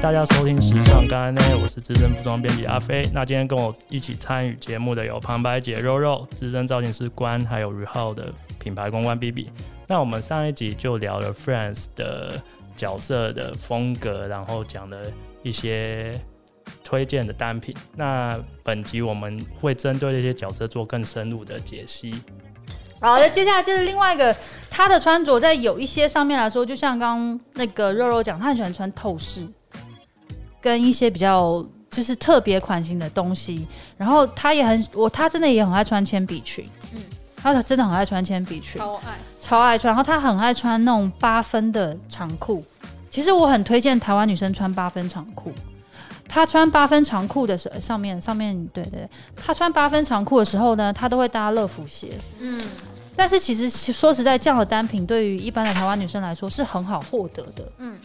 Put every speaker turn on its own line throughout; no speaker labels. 大家收听《时尚干呢》，我是资深服装编辑阿飞。那今天跟我一起参与节目的有旁白姐肉肉、资深造型师关，还有于浩的品牌公关 B B。那我们上一集就聊了 Friends 的角色的风格，然后讲了一些推荐的单品。那本集我们会针对这些角色做更深入的解析。
好的，接下来就是另外一个，他的穿着在有一些上面来说，就像刚刚那个肉肉讲，他很喜欢穿透视，跟一些比较就是特别款型的东西。然后他也很，我他真的也很爱穿铅笔裙，嗯
嗯，
他真的很爱穿铅笔裙，
超爱。
超爱穿。然后他很爱穿那种八分的长裤，其实我很推荐台湾女生穿八分长裤。她穿八分长裤的时候，上面上面对对，对她穿八分长裤的时候呢，她都会搭乐福鞋。
嗯，
但是其实说实在，这样的单品对于一般的台湾女生来说是很好获得的。嗯
嗯，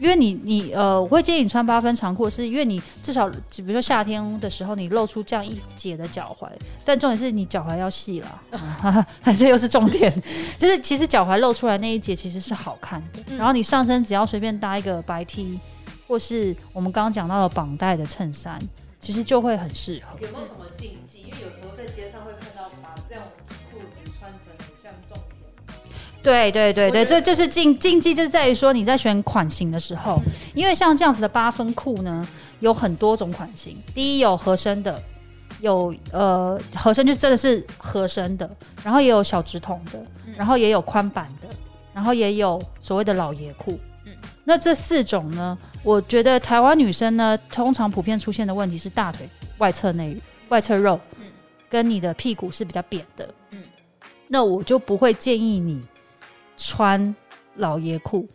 因为你你呃，我会建议你穿八分长裤，是因为你至少比如说夏天的时候，你露出这样一截的脚踝，但重点是你脚踝要细啦， 啊这又是重点，就是其实脚踝露出来那一截其实是好看的。
嗯
然后你上身只要随便搭一个白 T，或是我们刚刚讲到的绑带的衬衫，其实就会很适合。
有没有什么禁忌？因为有时候在街上会看到把这样裤子穿成很像种田，
对对对对，
我觉
这
得
就是禁禁忌，就是在于说你在选款型的时候，
嗯
因为像这样子的八分裤呢，有很多种款型。第一有合身的，有呃合身就真的是合身的，然后也有小直筒的，
嗯
然后也有宽版的，然后也有所谓的老爷裤。
嗯
那这四种呢，我觉得台湾女生呢，通常普遍出现的问题是大腿外侧内外侧肉，
嗯
跟你的屁股是比较扁的，
嗯
那我就不会建议你穿老爷裤，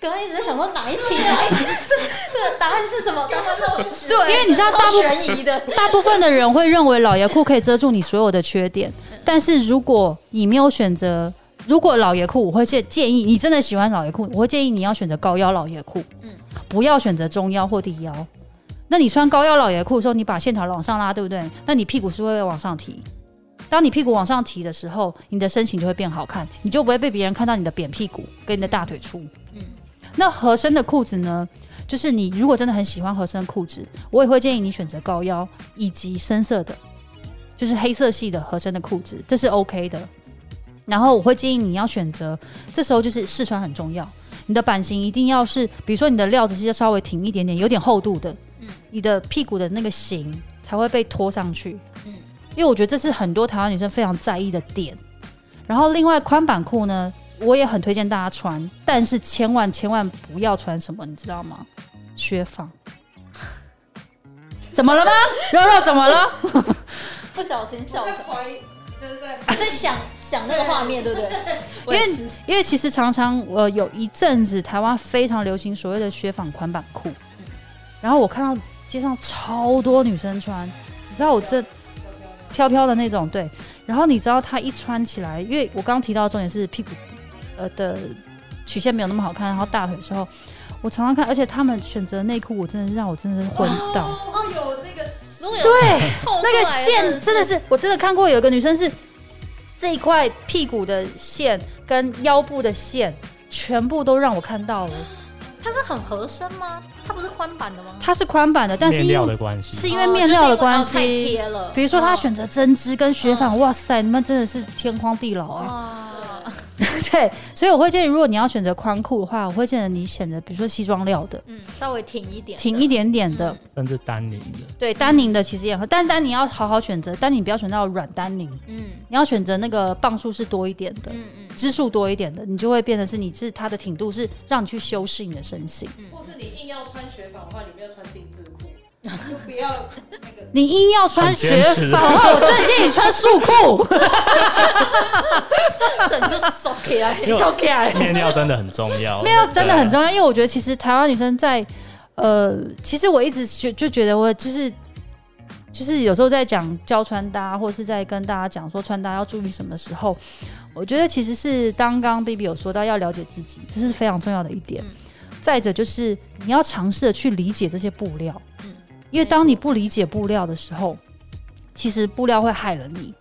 刚刚一直在想说哪一题啊？一直这这答案是什 么？答案是我
对，因为你知道大部
超
分
悬疑的。
大部分的人会认为老爷裤可以遮住你所有的缺点，但是如果你没有选择，如果老爷裤，我会建建议你真的喜欢老爷裤，我会建议你要选择高腰老爷裤，嗯
嗯，
不要选择中腰或低腰。那你穿高腰老爷裤的时候，你把线条往上拉，对不对？那你屁股是会往上提。当你屁股往上提的时候，你的身形就会变好看，你就不会被别人看到你的扁屁股跟你的大腿粗。 嗯
嗯，
那合身的裤子呢？就是你如果真的很喜欢合身裤子，我也会建议你选择高腰以及深色的，就是黑色系的合身的裤子，这是 OK 的。然后我会建议你要选择，这时候就是试穿很重要。你的版型一定要是，比如说你的料子是要稍微挺一点点，有点厚度的，
嗯
你的屁股的那个型才会被拖上去。
嗯
因为我觉得这是很多台湾女生非常在意的点。然后另外宽版裤呢，我也很推荐大家穿，但是千万千万不要穿什么，你知道吗？雪纺。怎么了吗？柔柔怎么了？
不小心笑
我在
了。
怀疑，就是在
你在想想那个画面，对不对？
因为因为其实常常呃有一阵子台湾非常流行所谓的雪纺宽版裤，然后我看到街上超多女生穿，你知道我这飘飘的那种对，然后你知道她一穿起来，因为我刚提到的重点是屁股呃的曲线没有那么好看，然后大腿的时候。我常常看，而且他们选择内裤，我真的是让我真的是昏倒。
哦有那个
如果有
对，
透出
那
来
个线真的是，我真的看过有一个女生是这一块屁股的线跟腰部的线全部都让我看到了。
它是很合身吗？它不是宽版的吗？
它是宽版的，但是
面
因
料
为
的关系
是因为面料的关
哦就是因为
系，
太贴了。
比如说她
哦
选择针织跟雪纺，哇塞，你们真的是天荒地老啊！
哦，
对，所以我会建议，如果你要选择宽裤的话，我会建议你选择比如说西装料的，
嗯，稍微挺一点的，
挺一点点的，
嗯
甚至丹宁的，
对，丹宁的其实也很，但是丹宁要好好选择，丹宁不要选到软丹宁，
嗯
你要选择那个磅数是多一点的。
嗯 嗯
支数多一点的，你就会变成是你是它的挺度是让你去修饰你的身形。
或是你硬要穿雪纺的话，你们要穿丁字裤，就不要那个。
你硬要穿
很
雪
坚持
纺，我真的建议你穿束裤。
嗯，整只手起来。
因为
OK，
面料真的很重 要，
面料
啊
真的很
要。
重要，因为我觉得其实台湾女生在呃，其实我一直就就觉得我就是。就是有时候在讲教穿搭，或是在跟大家讲说穿搭要注意什么时候，我觉得其实是刚刚 B B 有说到要了解自己，这是非常重要的一点。
嗯
再者就是你要尝试的去理解这些布料，
嗯
因为当你不理解布料的时候，其实布料会害了你。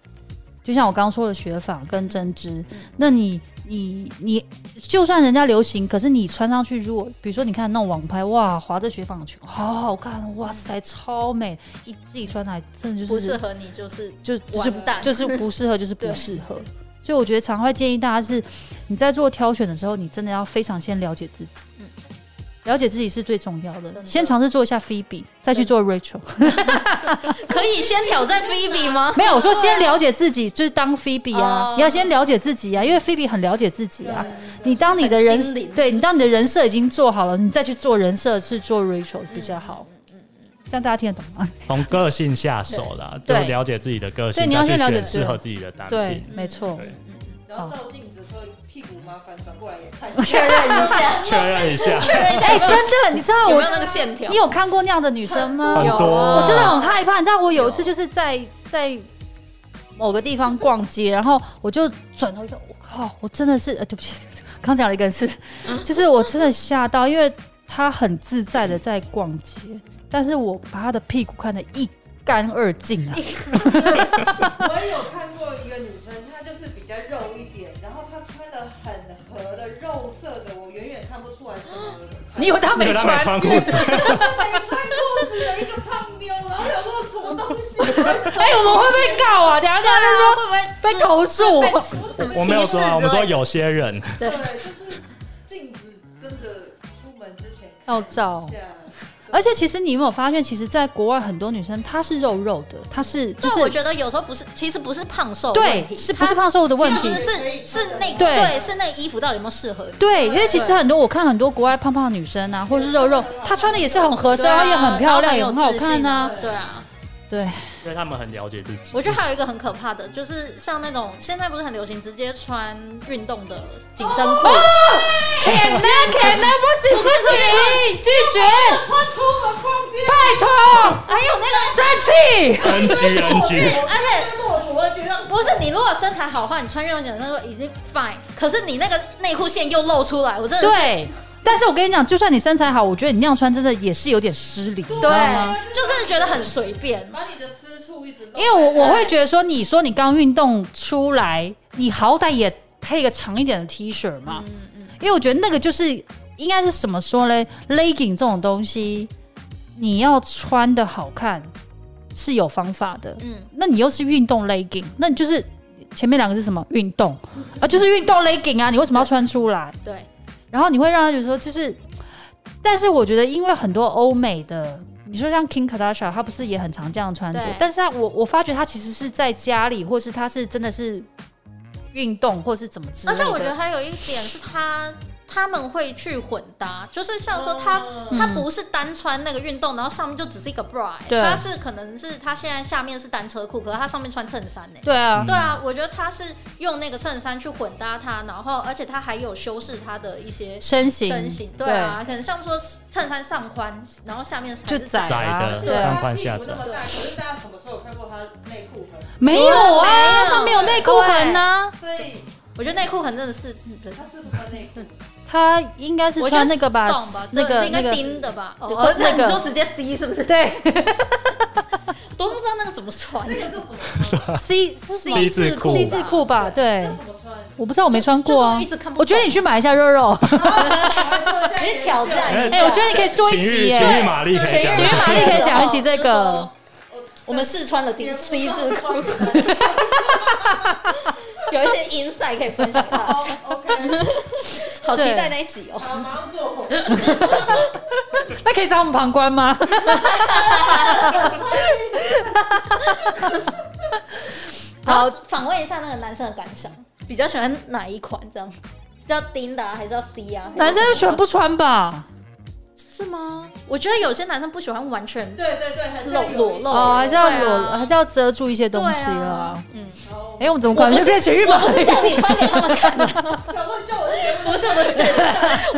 就像我刚刚说的雪纺跟针织，那你你你就算人家流行，可是你穿上去，如果比如说你看那种网拍，哇，划着雪纺裙，好好看哦，哇塞，超美，一自己穿来真的就是
不适合你就是
就就是
完蛋，
就是不适合，就是不适合。所以我觉得常会建议大家是，你在做挑选的时候，你真的要非常先了解自己，
嗯
了解自己是最重要的。
真的
先尝试做一下 Phoebe，再去做 Rachel。
可以先挑战菲比吗？
没有，我说先了解自己，就是当 Phoebe 啊
哦
你要先了解自己啊，因为 Phoebe 很了解自己啊。你当你的
很心
人
灵
对你当你的人设已经做好了，你再去做人设是做 Rachel 比较好。
嗯
这样大家听得懂 吗？
从个性下手啦，就
对
了解自己的个
所
性，
以你要
再去
先了解
选
自己
适合自己的单
对
品。，
没
嗯
错。
对
然后照镜子的时候，屁股麻烦转过来也看 一
确
下。
认一下，
确认一 下，
确认一下
哎，
有没有
真的，你知道
有
我
没有那个线条
你？有看过那样的女生吗？
很多
有啊
我真的很害怕。你知道，我有一次就是在在某个地方逛街，然后我就转头一看，我靠，我真的是，呃，对不起，刚讲了一个是，
嗯
就是我真的吓到，因为她很自在的在逛街，但是我把她的屁股看得一干二 净啊。
我有看过一个女生，她就是比较肉一点，然后她穿了很合的肉色的，我远远看不出来什么人穿。
你以为她没
因为他没
穿？
穿裤子，
没穿裤子的一个胖妞，然后想说什么东西？
哎、我们会被告啊！等一下大家说
会不会
被投诉
被
我。
什么
我没有说啊，我们说
有
有些 人，
对，就是镜子真的出门之前
要照
看一下。
而且其实你有没有发现，其实，在国外很多女生她是肉肉的，她是就
但我
是
觉得有时候不是，其实不是胖瘦的问
对
题，，
是不是胖瘦的问
它？
题
是？是是那
对
个对，是那个衣服到底有没有适合你？
对，因为其实很多我看很多国外胖胖的女生啊，或者是肉肉，她穿的也是很合身，
对啊
然后也很漂亮，也
然
很
后
好
很有自信
看啊。
对啊，
对，
因为他们很了解自己。
我觉得还有一个很可怕的，就是像那种现在不是很流行直接穿运动的紧身裤，
可能可能不行，不行，拒绝，
穿出门逛街，
拜托，哎
还有那个。
生气。
NG
啊
NG，
而且
骆驼觉得
不是你，如果身材好的话，你穿运动紧身裤已经 fine，可是你那个内裤线又露出来，我真的是
对，但是我跟你讲，就算你身材好，我觉得你那样穿真的也是有点失礼，你知道吗？
对，就是觉得很随便。
啊
把你的私处一直露出
因
来，
为我我会觉得说，你说你刚运动出来，你好歹也配个长一点的 T 恤嘛。
嗯嗯，
因为我觉得那个就是应该是怎么说嘞，legging 这种东西，你要穿的好看是有方法的。
嗯，
那你又是运动 legging，那你就是前面两个是什么运动啊？就是运动 legging 啊，你为什么要穿出来？
对，
然后你会让他觉得说，就是，但是我觉得，因为很多欧美的，你说像 Kim Kardashian，她不是也很常这样穿着
对，
但是她我我发觉她其实是在家里，或是她是真的是运动，或是怎么之
而
类的。
且我觉得还有一点是他他们会去混搭，就是像说他。
他
嗯
他不是单穿那个运动，然后上面就只是一个 bra，欸
对
他是可能是他现在下面是单车裤，可是他上面穿衬衫呢。
对啊，
对啊，我觉得他是用那个衬衫去混搭它，然后而且他还有修饰他的一些
身形
身形。对啊，可能像说衬衫上宽，然后下面还
就是窄
窄
啊
的
对
上
啊
宽
屁股
下窄
那么大，可是大家什么时候有看过他内裤痕？
没有啊，
对
他没有内裤痕啊呐、
所以
我觉得内裤很真的是，嗯对
他是不穿内裤，
他应该是
我觉得
穿那个吧
送吧，
那
就
个
应
那
该
个
钉的吧，
对
哦
或，是
那
那
你
个
就直接 C 是不是？
对
都不知道那个怎么穿
那个叫什么穿？
C
C 字裤
C 字裤吧，对
那，怎么穿？
我不知道我没穿过
就
啊
是一，直看不懂。
我觉得你去买一下肉肉，
直接挑战一下。
哎，我觉得你可以做一
情
集
欲情
耶，
欲玛丽可以讲
情欲
吗，
玛丽可以讲一集这个。
我们试穿了
节
D
目
C 字
上
裤，
穿
有一些 insight 可以分享给大家，
哦，OK，
好期待那一集哦。
好，马上做。
那可以找我们旁观吗？
然
好
后访问一下那个男生的感想，比较喜欢哪一款？这样是要丁的啊、还是要 C 啊？
男生就喜欢不穿吧？
是吗？我觉得有些男生不喜欢完全
对对对，还是要
裸裸
有一
露，
些
哦，还是要
对
裸，
啊
还是要遮住一些东西
对
了
啊。。嗯，
好
哎，我们怎么管就变情欲玛
不是
丽？
叫你穿给他们看的，
想说你叫我的节目
不是不是，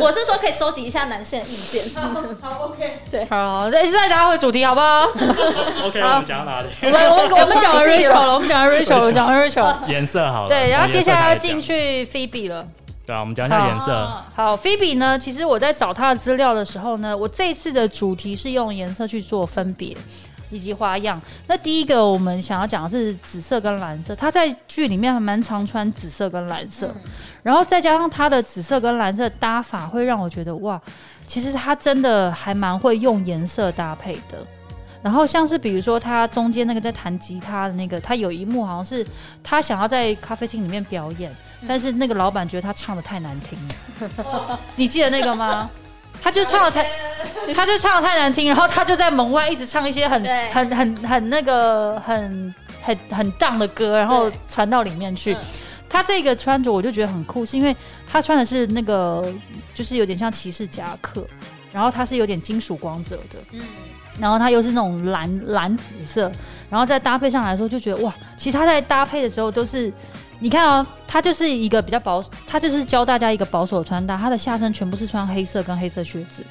我是说可以收集一下男性的意见。
好好 OK，
好，那现在大家回主题好不好？
OK，我们讲到哪里？
我们我们我们讲了 Rachel 了，我们讲了 Rachel 了，我们讲了 Rachel。
颜色好了，
对，然后
从
接
颜色
下来
开
要
始讲
进。去哦 Phoebe 了。
对啊，我们讲一下颜色。
啊
好，Phoebe 呢？其实我在找她的资料的时候呢，我这一次的主题是用颜色去做分别。以及花样。那第一个我们想要讲的是紫色跟蓝色，他在剧里面还蛮常穿紫色跟蓝色，
嗯
然后再加上他的紫色跟蓝色搭法，会让我觉得哇，其实他真的还蛮会用颜色搭配的。然后像是比如说他中间那个在弹吉他的那个，他有一幕好像是他想要在咖啡厅里面表演，但是那个老板觉得他唱的太难听了，你记得那个吗？他就唱的太， 他就唱的太难听，然后他就在门外一直唱一些很
对
很很很那个很很很荡的歌，然后
对
传到里面去
嗯。
他这个穿着我就觉得很酷，是因为他穿的是那个就是有点像骑士夹克，然后它是有点金属光泽的，
嗯，
然后它又是那种蓝蓝紫色，然后再搭配上来说，就觉得哇，其实它在搭配的时候都是，你看啊，它就是一个比较保，它就是教大家一个保守的穿搭，它的下身全部是穿黑色跟黑色靴子，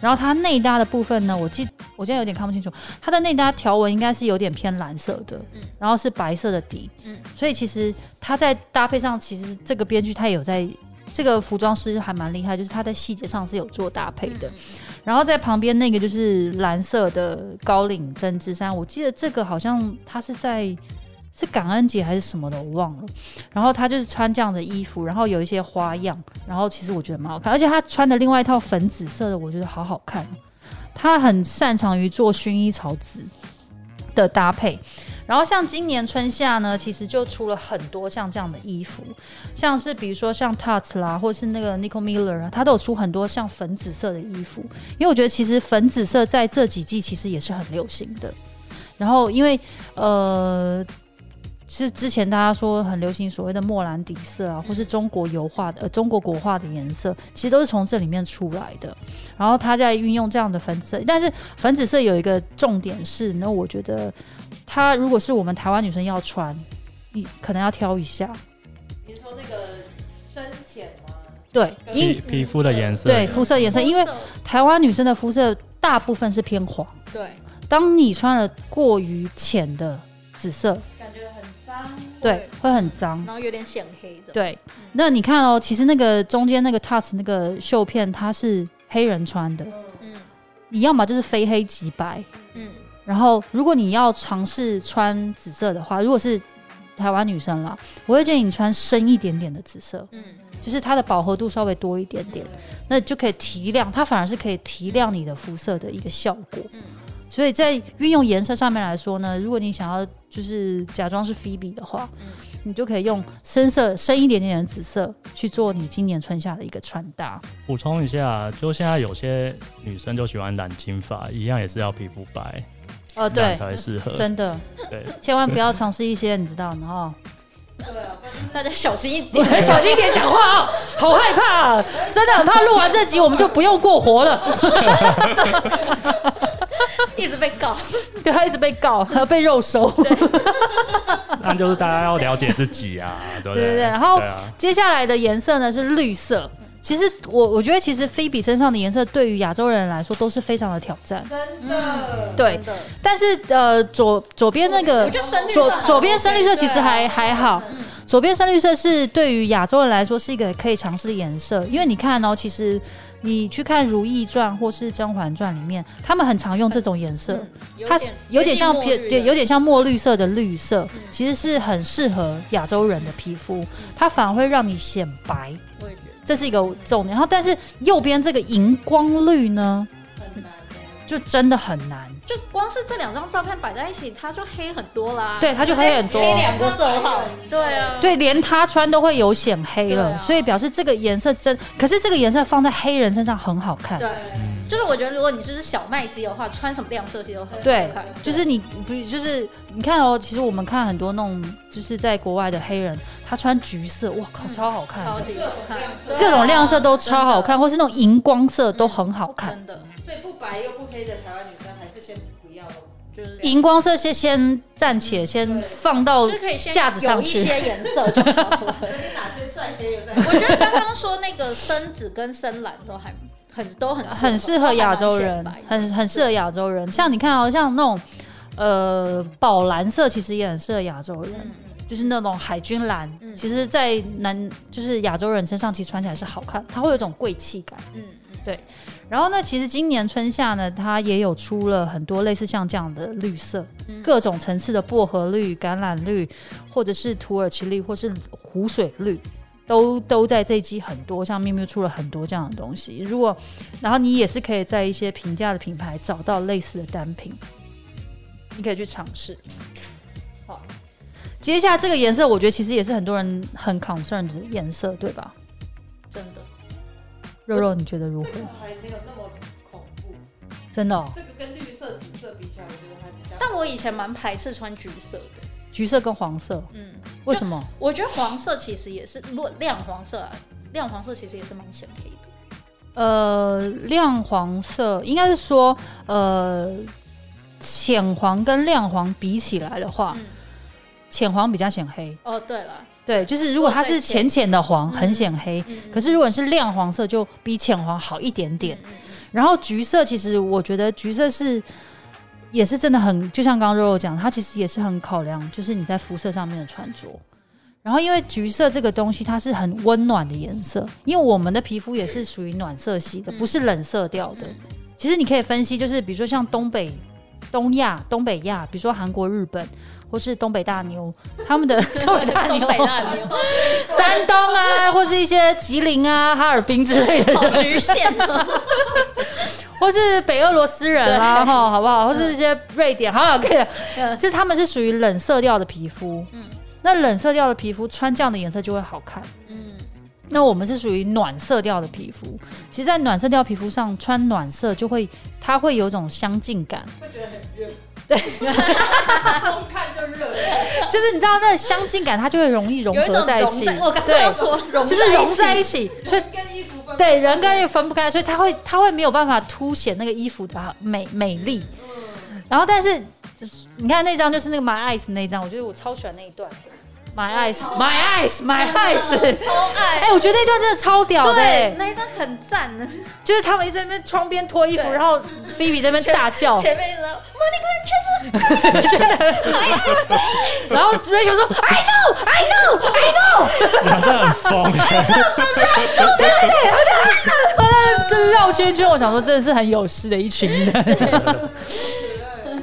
然后它内搭的部分呢，我记我现在有点看不清楚，它的内搭条纹应该是有点偏蓝色的
嗯，
然后是白色的底，
嗯
所以其实它在搭配上，其实这个编剧他也有在。这个服装师还蛮厉害，就是他在细节上是有做搭配的。
嗯
然后在旁边那个就是蓝色的高领针织衫，我记得这个好像它是在是感恩节还是什么的，我忘了。然后他就是穿这样的衣服，然后有一些花样，然后其实我觉得蛮好看，而且他穿的另外一套粉紫色的，我觉得好好看。他很擅长于做薰衣草紫的搭配。然后像今年春夏呢，其实就出了很多像这样的衣服，像是比如说像 Tuts 啦，或是那个 Nico Miller 啊，他都有出很多像粉紫色的衣服。因为我觉得其实粉紫色在这几季其实也是很流行的。然后因为呃，是之前大家说很流行所谓的莫兰迪色啊，或是中国油画的呃中国国画的颜色，其实都是从这里面出来的。然后他在运用这样的粉紫色，但是粉紫色有一个重点是，那我觉得它如果是我们台湾女生要穿，你可能要挑一下，
你说那个深浅吗？
对，
跟
因
皮皮肤的颜色
对肤色颜色，因为台湾女生的肤色大部分是偏黄。
对
当你穿了过于浅的紫色，
感觉很脏，
对，会很脏。
然后有点显黑的，
对，那你看哦，其实那个中间那个 Touch 那个袖片，它是黑人穿的，
嗯，
嗯
你要么就是非黑即白。
嗯
然后，如果你要尝试穿紫色的话，如果是台湾女生啦，我会建议你穿深一点点的紫色，
嗯
就是它的饱和度稍微多一点点，那就可以提亮，它反而是可以提亮你的肤色的一个效果。
嗯
所以在运用颜色上面来说呢，如果你想要就是假装是 Phoebe 的话，
嗯
你就可以用深色深一点点的紫色去做你今年春夏的一个穿搭。
补充一下，就现在有些女生就喜欢染金发，一样也是要皮肤白，
呃，
这样
对，
才适合。
真的
对，
千万不要尝试一些你知道，然后
对啊，不然
大家小心一
我
点，
们小心一点讲话啊、好害怕、啊，真的很怕录完这集我们就不用过活了，
一直被告。
对，他一直被告，被肉收。
那就是大家要了解自己 啊，对不
对对
对
对然后
对啊，
接下来的颜色呢是绿色。其实我我觉得，其实菲比身上的颜色对于亚洲人来说都是非常的挑战。
真的，
对
真的
但是呃，左左边那
我
个
觉得深绿色嗯
左
很
左边深绿色其实还
对啊
还好，左边深绿色是对于亚洲人来说是一个可以尝试的颜色，因为你看哦，其实你去看《如懿传》或是《甄嬛传》里面，他们很常用这种颜色，
嗯
它是有点像
接
偏对，
近墨绿的
有点像墨绿色的绿色
嗯，
其实是很适合亚洲人的皮肤，它反而会让你显白，
我也觉得
这是一个重点。然后，但是右边这个荧光绿呢，
很难欸
就真的很难。
就光是这两张照片摆在一起，它就黑很多啦。
对它就黑很多
黑两个色号。对啊，
对，连他穿都会有显黑了，
对啊
所以表示这个颜色真，可是这个颜色放在黑人身上很好看。
对，
嗯
就是我觉得如果你就是小麦肌的话，穿什么亮色系都很好
对
看。
就是你不就是你看哦，其实我们看很多那种就是在国外的黑人，他穿橘色，哇靠，
嗯
超好看
超
的，
级好看，
各
各种亮色都
真的嗯
超好看，或是那种荧光色都很好看。
真的
所以不白又不黑的台湾女生还是先不要咯。
就是
荧光色先先暂且先
对
放到
就是可以先
架子上
有
去
一些颜色就好 了。
所以哪天晒黑了再
我觉得刚刚说那个深紫跟深蓝都还很都很
很适合亚洲人
都还蛮显，白的嗯
很很适合亚洲人。像你看哦，像那种呃宝蓝色，其实也很适合亚洲人。
嗯
就是那种海军蓝，
嗯
其实，在南就是亚洲人身上，其实穿起来是好看，它会有一种贵气感。
嗯嗯
然后呢，其实今年春夏呢，它也有出了很多类似像这样的绿色，
嗯
各种层次的薄荷绿、橄榄绿，或者是土耳其绿，或是湖水绿，都都在这一季很多。像咪咪出了很多这样的东西。如果，然后你也是可以在一些平价的品牌找到类似的单品，你可以去尝试。好，接下来这个颜色，我觉得其实也是很多人很 concern 的颜色，对吧？
真的，
肉肉，你觉得如何
这？个还没有那么恐怖，
真的、哦，
这个跟绿色、紫色比起来，我觉得还比较。
但我以前蛮排斥穿橘色的，
橘色跟黄色，
嗯，
为什么？
我觉得黄色其实也是，如果亮黄色啊，亮黄色其实也是蛮显黑的。
呃，亮黄色应该是说，呃，浅黄跟亮黄比起来的话，
嗯，
浅黄比较显黑。
哦，对了，
对，就是如果它是浅浅的黄，
嗯
很显黑。
嗯
可是如果你是亮黄色，就比浅黄好一点点。，
嗯嗯嗯嗯
然后橘色，其实我觉得橘色是也是真的很，就像刚刚肉肉讲，它其实也是很考量，就是你在肤色上面的穿着。然后因为橘色这个东西，它是很温暖的颜色，因为我们的皮肤也是属于暖色系的，
嗯
不是冷色调的
嗯。
其实你可以分析，就是比如说像东北、东亚、东北亚，比如说韩国、日本，或是东北大妞，他们的 东北大妞、
东北大牛，
山东啊，或是一些吉林啊、哈尔滨之类的人
好局限哦。
或是北俄罗斯人啦，
对
哈，好不好？或是一些瑞典，好好可以，
嗯
就是他们是属于冷色调的皮肤，嗯
嗯，
那冷色调的皮肤穿这样的颜色就会好看。
嗯，
那我们是属于暖色调的皮肤，其实，在暖色调皮肤上穿暖色就会，它会有种相近感，
会觉得很热，
对，
光看就热。
就是你知道那相近感，它就会容易融
有一
合
种
在一
融
起，
在，我刚刚
对
要，说融，
就是融在一。起，所以
跟衣服分
对，人跟人分不开，所以它会它会没有办法凸显那个衣服的美美丽。然后，但是你看那张就是那个 My Eyes 那张，我觉得我超喜欢那一段的。My Eyes, My Eyes, My Eyes。
超爱
哎、。我觉得那段真的超屌的、
对
哎，
那一段很赞啊的，
就是他们一直在那边窗边脱衣服，
对
然后 Phoebe 在那边大叫，
前面一直说
然后 Rachel 说 I know, I know, I know，
两个很疯，
然后 在那边绕圈圈。我想说，真的是很有事的一群人。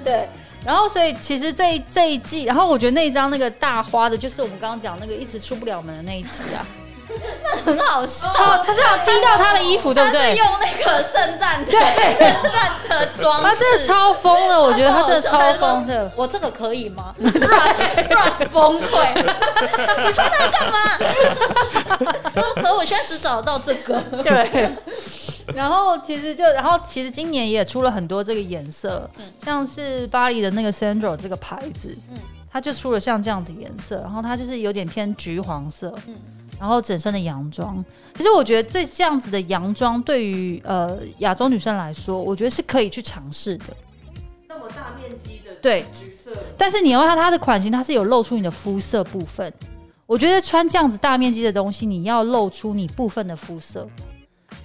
对。然后，所以其实这一这一季，然后我觉得那一张那个大花的，就是我们刚刚讲那个一直出不了门的那一季啊，
很好笑，
超他是要滴到他的衣服，对不
哦他是
对？
用那个圣诞的
对
圣诞的 装饰，
他啊真的超疯了，我觉得他真的超疯
他说
的。
我这个可以吗？Rush Rush 崩溃， 你穿它干嘛？可我现在只找得到这个，
对。然后其实就，然后其实今年也出了很多这个颜色，
嗯
像是巴黎的那个 Sandro 这个牌子，
嗯
它就出了像这样的颜色，然后它就是有点偏橘黄色，
嗯
然后整身的洋装。其实我觉得这这样子的洋装对于呃亚洲女生来说，我觉得是可以去尝试的。
那么大面积的
对
橘色，
但是你要看它的款型，它是有露出你的肤色部分。我觉得穿这样子大面积的东西，你要露出你部分的肤色，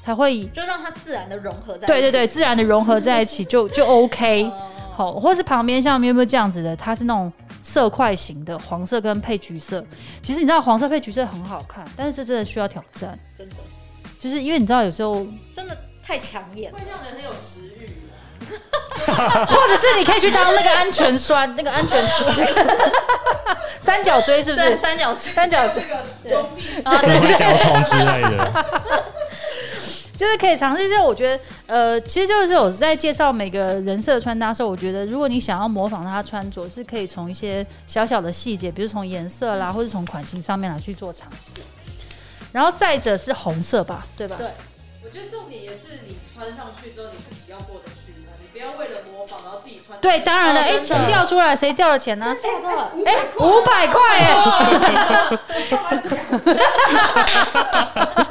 才会
就让它自然的融合在一起
对对对自然的融合在一起就就 OK。
哦
好，或是旁边像有没有这样子的，它是那种色块型的，黄色跟配橘色。其实你知道黄色配橘色很好看，但是这真的需要挑战，
真的
就是因为你知道有时 候，或
真的太抢眼了，
会让人很有食欲啊。
者是你可以去当那个安全栓，那个安 全珠，三角锥是不
对
是？
三角锥，
三角
还有
锥
这。个工地
啊
什么交通之类 的，
就是可以尝试。就是我觉得，呃，其实就是我在介绍每个人设的穿搭的时候，我觉得如果你想要模仿他穿着，是可以从一些小小的细节，比如从颜色啦，或者从款型上面来去做尝试。然后再者是红色吧，对吧？
对
我觉得重点也是你穿上去之后，你自己要过得去啊，你不要为了模仿然后自己穿。
对，当然了，
哦
哎、
真的
钱掉出来，谁掉了钱呢、
真的
哎、五百块哎，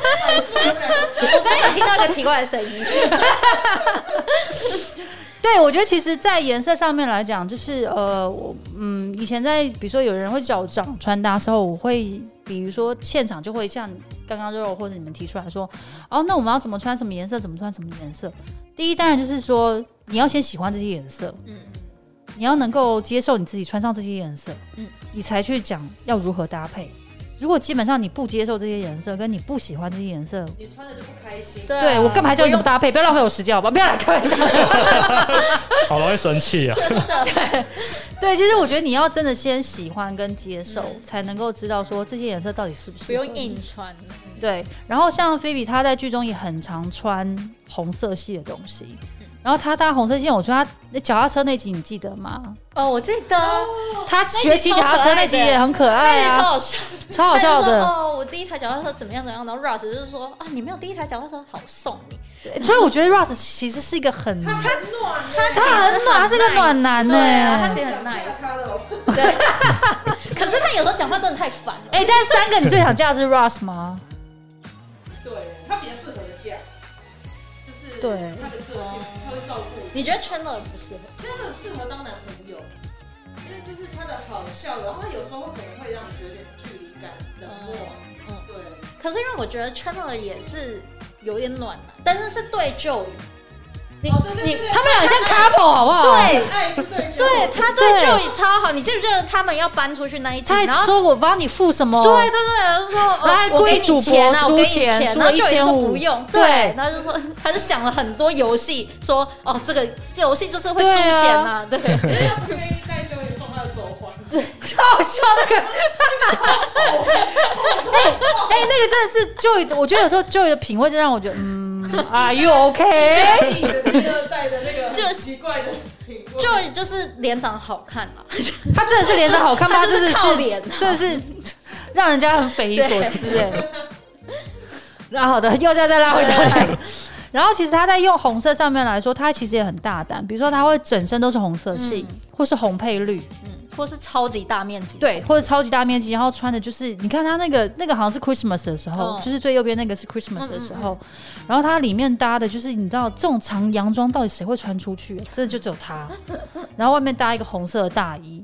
我刚刚有听到一个奇怪的声音，
对我觉得其实，在颜色上面来讲，就是呃，我嗯，以前在比如说有人会找长穿搭的时候，我会比如说现场就会像刚刚肉肉或者你们提出来说，哦，那我们要怎么穿什么颜色，怎么穿什么颜色？第一，当然就是说你要先喜欢这些颜色，
嗯
你要能够接受你自己穿上这些颜色，
嗯
你才去讲要如何搭配。如果基本上你不接受这些颜色，跟你不喜欢这些颜色，
你穿的就不开心。
对啊
对我干嘛还教你怎么搭配？不要浪费我时间好吧？不要来开玩笑。
好容易生气 啊！
对，其实我觉得你要真的先喜欢跟接受，
嗯
才能够知道说这些颜色到底是不是
不用硬穿，
对，然后像菲比，她在剧中也很常穿红色系的东西。
嗯
然后她搭红色线，我觉得她那脚踏车那集你记得吗？
哦，我记得
她
哦集
学骑脚踏
超可
车
爱
那集
的
也很可爱
那哎超
啊，
好笑，
超好笑
他就说
的。
哦，我第一台脚踏车怎么样怎么样，然后 Russ 就是说啊，你没有第一台脚踏车，好送你。
所以我觉得 Russ 其实是一个很
他很暖，
他
他很暖，他是个暖男呢、
对啊，他
欸。
其实很
想嫁
nice，
他的哦，
对。 可是他有时候讲话真的太烦了。
哎、但是三个你最想嫁的是 Russ 吗？
对他比较适合嫁，就是
对
他的个性，他会照顾你。
你觉得 Chandler 不适合？
真的适合当男朋友，因为就是他的好笑，然后他有时候可能会让你觉得有点距离感、冷漠。
嗯
对，
可是因为我觉得 Chandler 也是有点暖男，但是是对 Joey，你
哦对对
你
对
他们俩像 couple 好不好？，
对。
爱是
哎
对，
对他对
对
Joey 超好，你记不记得他们要搬出去那一集？
他还
然后
说我帮你付什么？
对对对，然后说哦
然后还
我给
故意
你
赌博
钱啊，我给你
输钱输
然后
了
Joey 说
1500
不用，
对
对，然后就说他就想了很多游戏，说哦这个游戏就是会输
对啊
钱啊，对，
因为他不愿意戴就会送他的手环。
超好笑那 个。哎、哎，那个真的是 Joy，我觉得有时候 Joy 的品味就让我觉得，嗯，Are you OK？
你的那个戴的那个 很奇怪的品味，
Joey 就是脸长得好看啊嘛，
他真的是脸长好看吗？
他就是
真的是
靠脸啊
真的是让人家很匪夷所 思哎、然后好的，又再再拉回 来。然后其实他在用红色上面来说，他其实也很大胆，比如说他会整身都是红色系，
嗯
或是红配绿，
嗯，或是超级大面积，
对，或者超级大面积，然后穿的就是，你看他那个那个好像是 Christmas 的时候，
哦
就是最右边那个是
嗯
Christmas 的时候，然后它里面搭的就是你知道这种长洋装到底谁会穿出去？真的就只有 他，然后外面搭一个红色的大衣，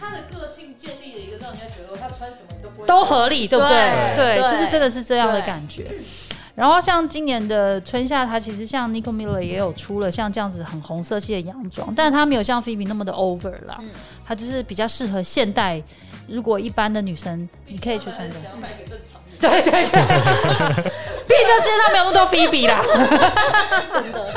他的个性建立了一个让人家觉得他穿什么你都不会
都合理，对不对？
对对
就是真的是这样的
对
感觉。然后像今年的春夏，它其实像 Nico Miller 也有出了像这样子很红色系的洋装，但是它没有像 Phoebe 那么的 over 啦，
嗯
它就是比较适合现代。如果一般的女生，你可以去穿
穿
的。
想买给正常人。
对对对，毕竟这世界上没有那么多菲比 啦。
真的。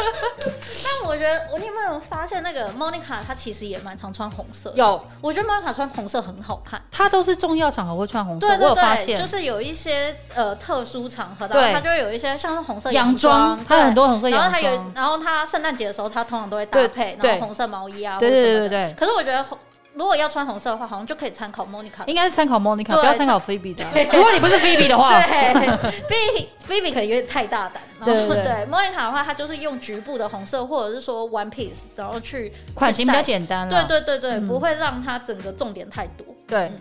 但我觉得，我你有没有发现那个 Monica 她其实也蛮常穿红色的？
有，
我觉得 Monica 穿红色很好看。
她都是重要场合会穿红色，
对
我
对
有发
对，
现。
就是有一些呃特殊场合，然
对
后她就会有一些像是红色
洋装，她有很
多。
多红色
对然后
洋
她有
装，，
然后她圣诞节的时候，她通常都会搭
对
配，然
对
后红色毛衣啊，
对
或者
对
什
对
么
对
的可是我觉得红，如果要穿红色的话，好像就可以参考 Monica
应该是参考 Monica，
对
不要参考菲比 的。如果你不是菲比的话，
对，菲菲比可能有点太大胆，然后
对对
对莫妮卡的话，她就是用局部的红色或者是说 one piece，然后去
款型比较简单
对
了。
对对对，
嗯
不会让它整个重点太多。
对
嗯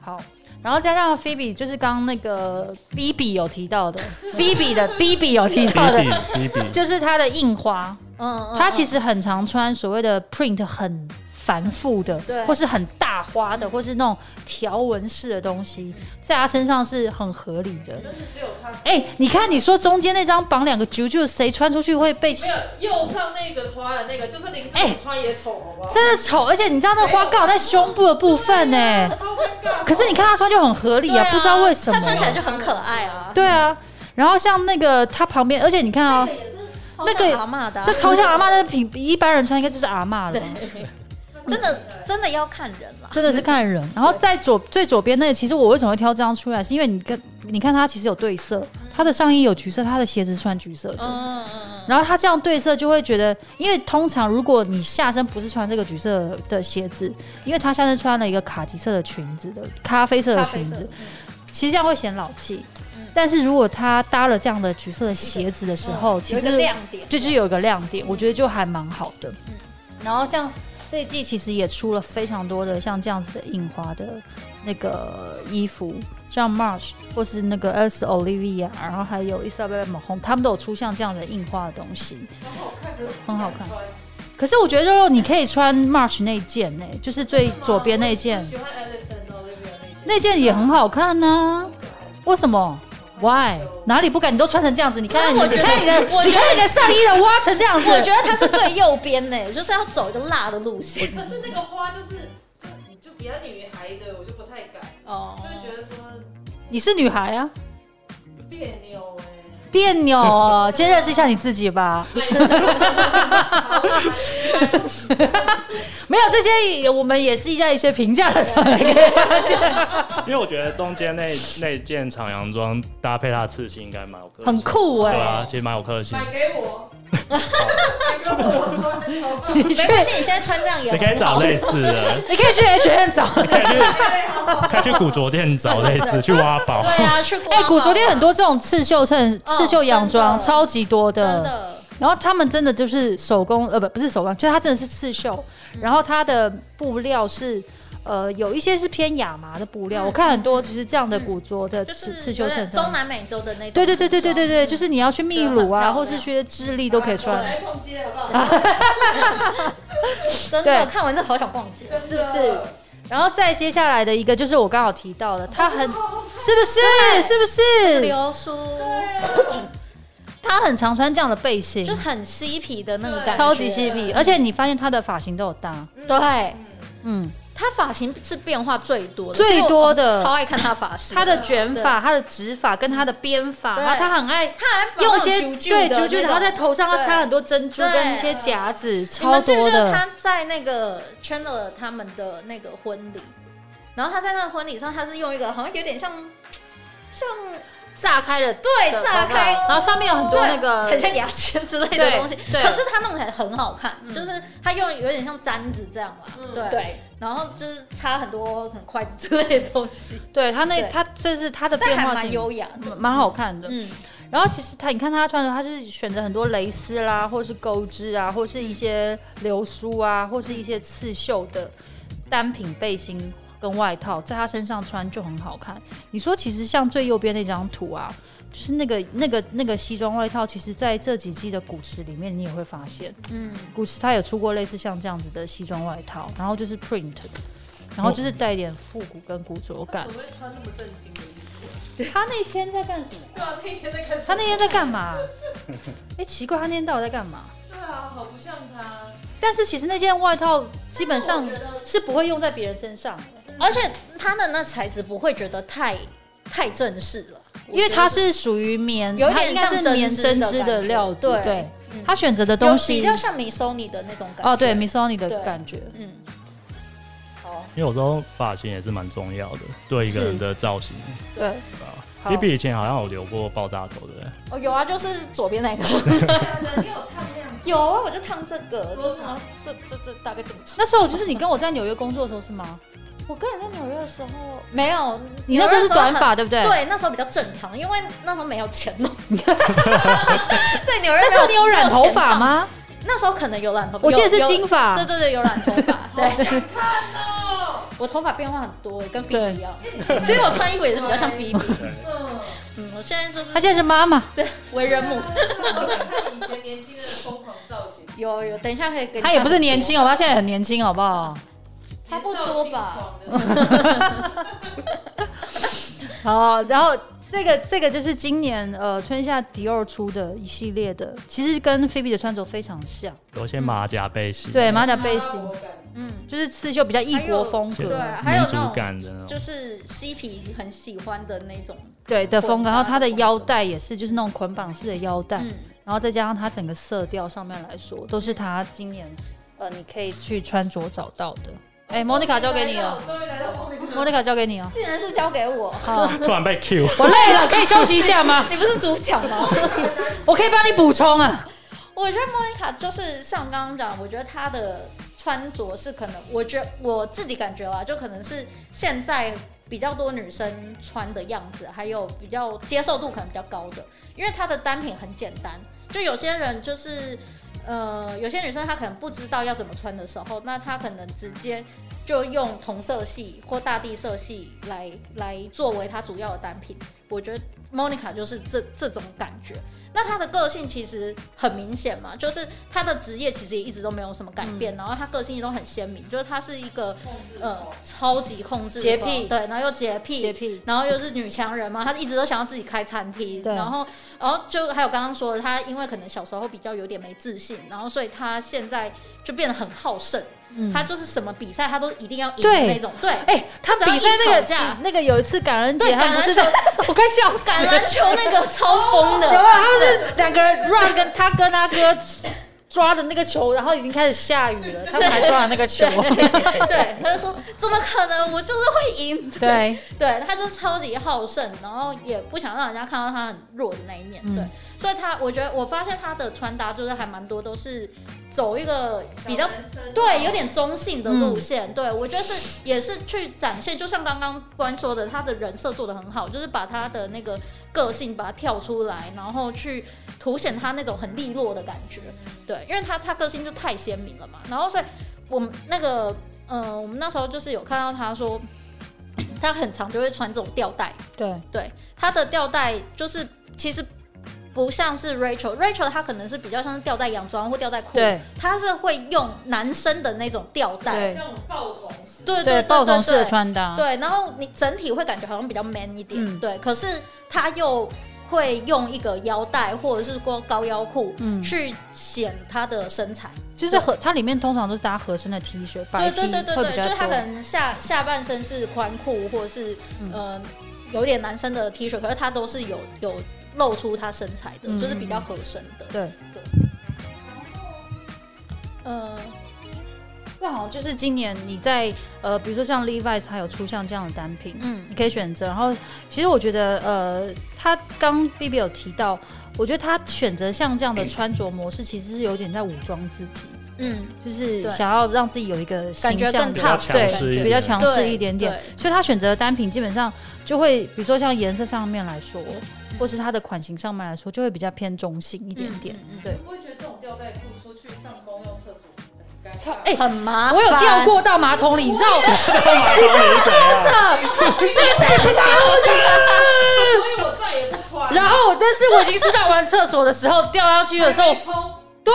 好。然后加上菲比，就是刚刚那个 B B 有提 到的，菲比的 B B 有提
比
到的，
比比比，
就是她的印花，
嗯，嗯
她其
实
实很常穿所谓的 print 很繁复的
对，
或是很大花的，或是那种条纹式的东西，在她身上是很合理的。
真的只有他
哎、你看你说中间那张绑两个啾啾，谁穿出去会被
没有右上那个花的那个，就是林志
哎
颖穿也丑，好不好？
真的丑？而且你知道那花刚好在胸部的部分呢、
超尴尬。
可是你看她穿就很合理
对
啊，
啊
不知道为什么、
她穿起来就很可爱啊。
对啊，然后像那个她旁边，而且你看啊、
也是
那个
阿妈的啊，
这超像阿嬷，但是比比一般人穿应该就是阿嬷了
对
吧。，
真的真的要看人啦。
真的是看人。然后在左最左边那个，其实我为什么会挑这张出来，是因为你跟你看它其实有对色，它的上衣有橘色，它的鞋子是穿橘色的。
嗯嗯
然后它这样对色就会觉得，因为通常如果你下身不是穿这个橘色的鞋子，因为它下身穿了一个卡其色的裙子的咖啡色
嗯，
的
咖啡
裙
色
子，，其实这样会显老气
嗯。
但是如果它搭了这样的橘色的鞋子的时候，其
嗯有一个
实
亮点，
这就是有一个亮点，我觉得就还蛮好的。
嗯
然后像这一季其实也出了非常多的像这样子的印花的那个衣服，像 March 或是那个 S Olivia，然后还有 Isabella Mahon，他们都有出像这样的印花的东西。
很好
很
看，可是不
好
敢
看
穿
可是我觉得肉肉你可以穿 March 那一件呢、就是最左边那一
我
件，
喜欢 Alison Olivia 那
那件也很好看呢、为什么？Why？哪里不敢？你都穿成这样子，你看
但
你，
我
你
觉得
看你的，
我
你
觉得
看你的上衣的挖成这样子，
我觉得它是最右边呢，就是要走一个辣的路线
一件。可是那个花就是就就比较女孩的，我就不太敢，
哦
就会觉得说
你是女孩啊，
别扭哎、
别扭 哦，先认识一下你自己吧。没有这些也，我们也是在一些评价的时候可以发现，
因为我觉得中间那那件长洋装搭配它的刺青应该蛮有个性，
很酷哎、
对啊，其实蛮有个性。
买给我，买给我穿，好不好？
你去
没，关系，你现在穿这样也
你可以找类似的，
你可以去 H N 找。
可以去
哎好好
可以去古着店找类似，去挖宝。
对啊，去
哎、古着店很多这种刺绣衬、
哦
刺绣洋装，
真的
超级多
真的，
然后他们真的就是手工，呃，不不是手工，就是它真的是刺绣，
嗯
然后它的布料是。呃，有一些是偏亚麻的布料，
嗯
我看很多其实这样的古着的
就
刺
是
刺绣衬
中
衫，
南美洲的那种。
对对对对对对对，就是你要去秘鲁啊，
对很漂亮
或是去智利都可以穿，
来逛街好不好？
真
对
的看完这好想逛街。
真的
是不是？然后再接下来的一个就是我刚好提到的，它很是不是是不是？
流苏
它很常穿这样的背心
就，很嬉皮的那个感觉，
超级嬉皮，而且你发现它的发型都有搭，
对，
嗯
嗯，
他发型是变化最多的，
最多的
其实我超爱看他发型，
它的卷发、它的直发跟它的编发，
对
然后它很爱
他还绑
用一
那种
些
啾啾
对
的
啾
那
啾，
种
然后在头上要
对
插很多珍珠
对
跟一些夹子，
你
超
们记不
多
记得
的。
他在那个 Chandler 他们的那个婚礼，然后他在那个婚礼上，他是用一个好像有点像像
炸开了，
对
的
炸开，
头发然后上面有很多那个
很像牙签之类的
对
东西，
对
可是他弄起来很好看，
嗯
就是他用有点像簪子这样吧，
嗯
对，
对
然后就是插很多可能筷子之类的东西，
对，他那
对
他甚至他的
但
变
还
化
蛮
挺
优雅的，
蛮蛮好看的。
嗯，
然后其实他，你看他穿的，他是选择很多蕾丝啦，或是钩织啊，或是一些流苏啊，或是一些刺绣的单品背心跟外套，在他身上穿就很好看。你说，其实像最右边那张图啊，就是那个那个那个西装外套，其实在这几季的古驰里面，你也会发现，
嗯，
古驰它有出过类似像这样子的西装外套，然后就是 print。然后就是带一点复古跟古着感
怎。么会穿那么震惊的衣服？
他那天在干什么？
对啊，那一天在看什么
他那天在干 嘛？哎、奇怪，他那天到底在干嘛？
对啊，好不像他。
但是其实那件外套基本上
但是我觉得
是不会用在别人身上的，
而且他的那材质不会觉得太太正式了，
因为它是属于棉，
有点
它应该是
像
棉针
针织的
织的
感觉
料子。
对
对，
嗯
他选择的
有
东
比
西
较像 Missoni 的那种感觉，
哦，对 Missoni 的
对
感觉，
嗯，好，
因为有时候发型也是蛮重要的，对一个人的造型。
对，
对吧
好
你比以前好像有留过爆炸头的，
哦有啊，就是左边那个，
你有看那样？
有 啊，我就烫这个，就
多
是
长
这这这大概这么长。
那时候就是你跟我在纽约工作的时候是吗？
我跟你在纽约的时候没有，
你那时候是短
很。
发对不对？。
对，那时候比较正常，因为那时候没有钱 弄。在纽约
那时候你有染头发
没有钱弄？
吗？
那时候可能有染头发，
我记得是
有
金发
对。对对，有染头 发。
好
对，
想看哦。
我头发变化很多，跟菲
对
比 一样。其实我穿衣服也是比较像菲比。
嗯，
嗯，我现在就是
她现在是妈妈，
对为人母。
好想看以前年轻人的疯狂造型，
有有，等一下可以给你
她也不是年轻哦，她现在很年轻，好不好？
差不多吧
年少轻狂的时候。
好，然后这个这个就是今年呃春夏迪奥出的一系列的，其实跟菲比的穿着非常像，
有一些马甲背心，
嗯
啊
对马甲
拉
背心，
我感
嗯，
就是刺绣比较异国风
还有
格，
对，还有
民
那
族
种
感的那
就
种。
是嬉皮很喜欢的那种，
对的风格。
混搭
然后它的
的风格
腰带也是就是那种捆绑式的腰带，
嗯，
然后再加上它整个色调上面来说，都是它今年呃你可以去穿着找到的。哎、莫妮卡交给你了，
终于来到莫妮卡。
莫妮卡交给你了。
竟然是交给我，
好，
突然被 Q，
我累了，可以休息一下吗？
你不是主讲 吗？
我可以帮你补充啊。
我觉得莫妮卡就是像刚刚讲，我觉得她的穿着是可能，我觉得我自己感觉啦，就可能是现在比较多女生穿的样子，还有比较接受度可能比较高的，因为她的单品很简单，就有些人就是。呃，有些女生她可能不知道要怎么穿的时候，那她可能直接就用同色系或大地色系来来作为她主要的单品。我觉得 Monica 就是这这种感觉。那她的个性其实很明显嘛，就是她的职业其实也一直都没有什么改变，然后她个性都很鲜明，就是她是一个
控制
呃
狂
超级控制
洁
狂
癖
对，然后又洁癖，
洁癖，
然后又是女强人嘛，她一直都想要自己开餐厅，
对
然后，然后就还有刚刚说的，她因为可能小时候比较有点没自信，然后所以她现在就变得很好胜，
嗯
他就是什么比赛他都一定要赢
对
的那种。对，
哎、他
只要
比赛
一
那
吵
个
架
那个有一次感恩节，
对
他们不是在
感，
我快笑死了。
橄榄球那个超疯的，
有啊没有？他们是两个人 run，跟他跟他哥抓的那个球，然后已经开始下雨了，他们还抓了那个球。
对，他就说怎么可能，我就是会赢。
对，
对，他就是超级好胜，然后也不想让人家看到他很弱的那一面。
嗯
对，所以他我觉得我发现他的穿搭就是还蛮多都是走一个比较
小男生
对，有点中性的路线。对我觉得是也是去展现，就像刚刚关说的，他的人设做的很好，就是把他呃的那个个性把它跳出来，然后去凸显他那种很利落的感觉。对，因为他他个性就太鲜明了嘛。然后所以我们那个呃，我们那时候就是有看到他说，他很常就会穿这种吊带。
对，
对，它的吊带就是其实不像是 Rachel，Rachel 她可能是比较像是吊带洋装或吊带裤
对，
她是会用男生的那种吊带，
对
那种爆红式，
对
对，
对，
爆
对
童式的。
对
穿搭，
对，然后你整体会感觉好像比较 man 一点，
嗯
对。可是她又会用一个腰带或者是过高腰裤。
嗯，
去显她的身材，
就是合，它里面通常都是搭合身的 T 恤，白
对
T
对对对
会比
对，就
较
是她可
多。
能下下半身是宽裤，或者是
嗯
呃，有点男生的 T 恤，可是他都是有有露出他身材的，
嗯
就是比较合身的。
对，
呃，
这好像就是今年你在呃，比如说像 Levi's，它有出像这样的单品，
嗯
你可以选择。然后，其实我觉得，呃，他刚 B B 有提到，我觉得他选择像这样的穿着模式，其实是有点在武装自己，
嗯，
就是
对
想要让自己有一个
感
形
觉
象
更
的，
较
tough，
强
的
势
感觉
一
比较
点
强势一点点。。所以他选择的单品基本上就会，比如说像颜色上面来说，
嗯
或是它的款型上面来说，就会比较偏中性一
一
点点。对
你不会觉得这种吊带裤出去上公用厕所很尴尬？
哎
很麻烦。
我有掉，过到马桶里，你知 道？
马桶里 是谁啊？
所以我再也不穿。
然后，但是我已经是上完厕所的时候掉下去的时候
还没，冲，
对，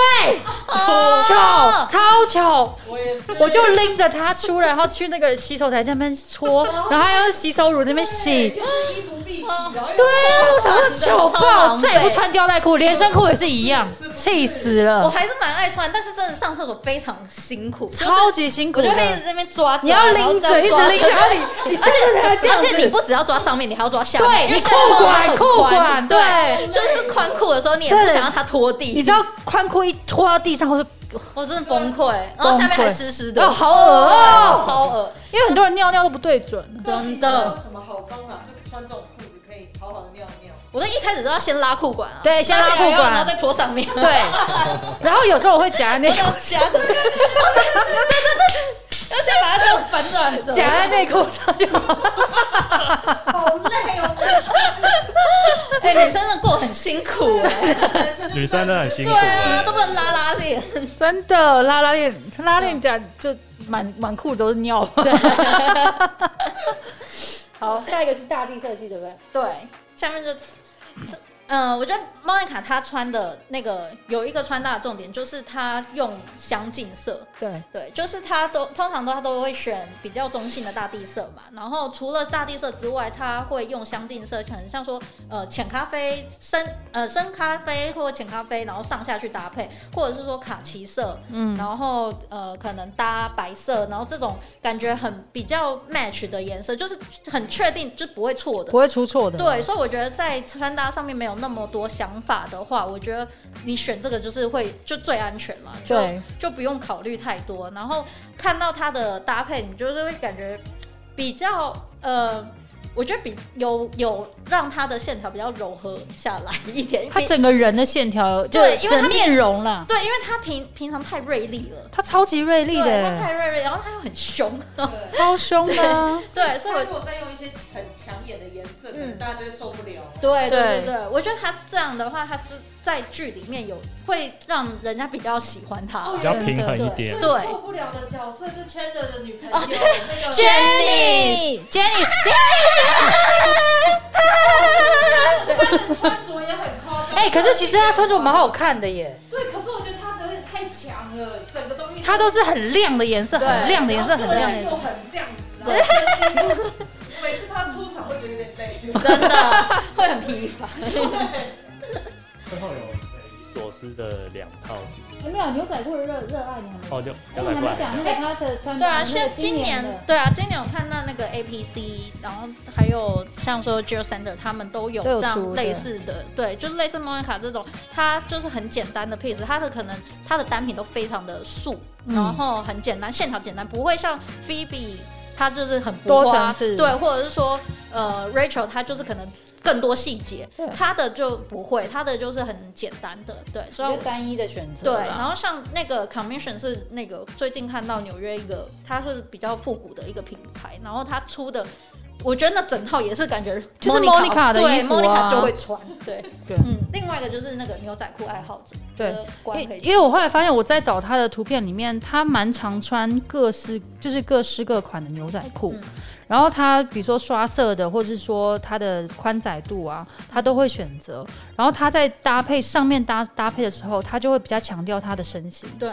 哦
巧，超巧，
我也是，
我就拎着它出来，然后去那个洗手台那边搓，然后还用洗手乳那边洗。
对就是衣服蔽体，然后又
对啊，我想说糗
超
爆，
狼狈
再也不穿吊带裤，连身裤也是一样，气死
我
了，
还是蛮爱穿，但是真的上厕所非常辛苦，就是
超级辛苦
我就会一
的
直。在那边抓着，
你要
然后
拎
这
着，
样
一直
抓
拎着，
着
然后你，你甚至还要这样
而
子
且你不只要抓上面，你还要抓下面，
对
因为
你
下面
裤管
很
裤
宽
管对
对，就是宽裤的时候，你也不
对
想让它拖地，
你知道宽裤一拖到地上，我就
我真的崩溃，然后下面
嗯崩
还
溃
湿湿的，
哦好恶哦
对超恶，
因为很多人尿尿都不对准，
到底
真的
有什么好方法是穿这种裤子可以好好尿尿？
我都一开始都要先拉裤管啊，
对先拉裤管
然后再拖上面，
对。然后有时候我会夹在内裤，
夹着，对 对对对，要先把它这样反转折，
夹在内裤上就好。
好累哦，
哎，女生真的过得很辛苦哎，
女生真的很辛苦
对啊，
哎、
都不能拉拉链，
真的拉拉链，拉链夹就满满裤都是尿。 好，下一个是大地设计，对不对？
对，下面就，嗯、我觉得莫妮卡她穿的那个有一个穿搭的重点，就是她用相近色，
对，
对，就是她都通常都她都会选比较中性的大地色嘛，然后除了大地色之外，她会用相近色，可能像说呃浅咖啡、深呃深咖啡或浅咖啡，然后上下去搭配，或者是说卡其色，
嗯，
然后呃，可能搭白色，然后这种感觉很比较 match 的颜色，就是很确定，就不会错的
不。会出错的。
对，所以我觉得在穿搭上面没有那么多想法的话，我觉得你选这个就是会就最安全嘛，就
对，
就不用考虑太多。然后看到它的搭配，你就是会感觉比较呃，我觉得比有有让它的线条比较柔和下来一点。
他
比
整个人的线条，就
对因为它
整面容啦，
对，因为它平平常太锐利了，
他超级锐利
对，它
的，
太锐利，然后它又很凶。
对。
超凶的 啊。
对，所以
他
我
如果再用一些很抢眼的颜色，可能
嗯
大家就会受不了。
对对
对
对对，我觉得他这样的话，他是在剧里面有会让人家比较喜欢
哦
他。
比较平衡一点。
对
受不了的角色就 Chandler 的女朋友，
哦
那 个
Jenny，Jenny，
她的穿着也很夸张。
哎，可是其实他穿着蛮好看的耶，
对，可是我觉得她有点太强了，整个东西
他都是很亮的颜色，
对
很亮的颜色，
然
很
后
亮的颜
又
色。
很这样子，然 后身体每次她出场会觉得有点累。
真的会很疲乏。
最后有匪夷所思司的两套是
有没有牛仔裤的热热爱你还没？
哦，就
哎
两
你
百块，
还没讲那个他的穿搭
对啊，
那
像
个
今
年
年
的
对啊，今年我看到那个 APC，然后还有像说 j i l Sander 他们都有
都有
这
出
样
对
类似的，对，就是类似 Monica 这种，它就是很简单的 piece，它的可能它的单品都非常的素，
嗯
然后很简单，线条简单，不会像 Phoebe 它就是很浮
多层
夸，
次
对，或者是说呃 Rachel 它就是可能更多细节
对，
它的就不会，它的就是很简单的，对，所以
比较单一的啊选择
对，
啦。
然后像那个 Commission 是那个最近看到纽约一个，它是比较复古的一个品牌，然后它出的，我觉得那整套也是感觉
就是 Monica 的衣
对
服啊
Monica 就会穿，对，
对
嗯，另外一个就是那个牛仔裤爱好者，
对
觉得关
因
可以
因为我后来发现，我在找他的图片里面，他蛮常穿各式就是各式各款的牛仔裤，
嗯
然后他比如说刷色的，或是说他的宽窄度啊，他都会选择。然后他在搭配上面搭搭配的时候，他就会比较强调他的身形，
对，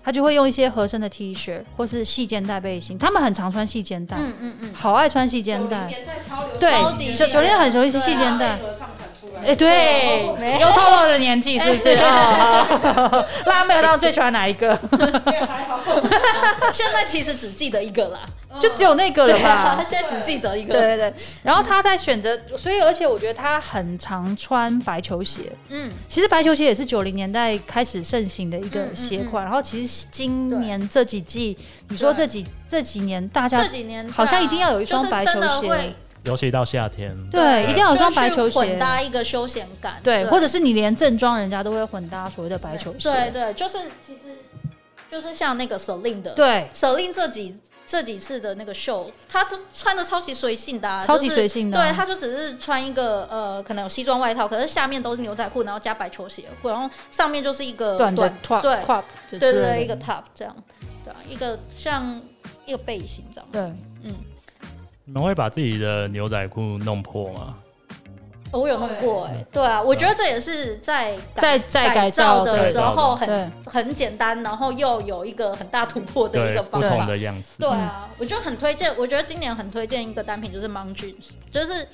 他就会用一些合身的 T 恤或是细肩带背心，他们很常穿细肩带，
嗯嗯嗯，
好爱穿细
九
肩
零
带。
年代超流行，
对
超级，
九九零很容易是
对啊
细肩带。
合唱团出来，
哎，对，
没
又透露了年纪是不 是？哦 好拉妹到最喜欢哪一
哦
个？
对，还好，
现在其实只记得一个啦，
就只有那个了
对啊，
吧？
现在只记得一
对
个，
对对。然后他在选择，所以而且我觉得他很常穿白球鞋。
嗯，
其实白球鞋也是九零年代开始盛行的一个
嗯
鞋
嗯
款。然后其实今年这几季，你说这几这几年大家
这几年
好像一定要有一双
就是
白
真
球
的
鞋
会
尤其到夏天，
对
对
一定要有双白球
就是混
鞋，
搭一个休闲感，
对，或者是你连正装人家都会混搭所谓的白球
对
鞋，
对，就是其实就是像那个 Celine 的，
对，
，Celine 这几这几次的那个秀，她都穿的超级随性的、啊，
超级
就是
随性的啊。
对，她就只是穿一个呃，可能有西装外套，可是下面都是牛仔裤，然后加白球鞋，然后上面就是一个
短的 top
对
crop 对
对对对，一个 top 这样，对啊，一个像一个背心这样，
对。
嗯，
你们会把自己的牛仔裤弄破吗？
哦我有弄过哎、对啊，我觉得这也是在
在在改造
的时候
对
很很简单，然后又有一个很大突破的一
对
个，
不
方
同
法，
的样子
对。啊，
嗯
我就很推荐，我觉得今年很推荐一个单品，就是 Mom Jeans，就是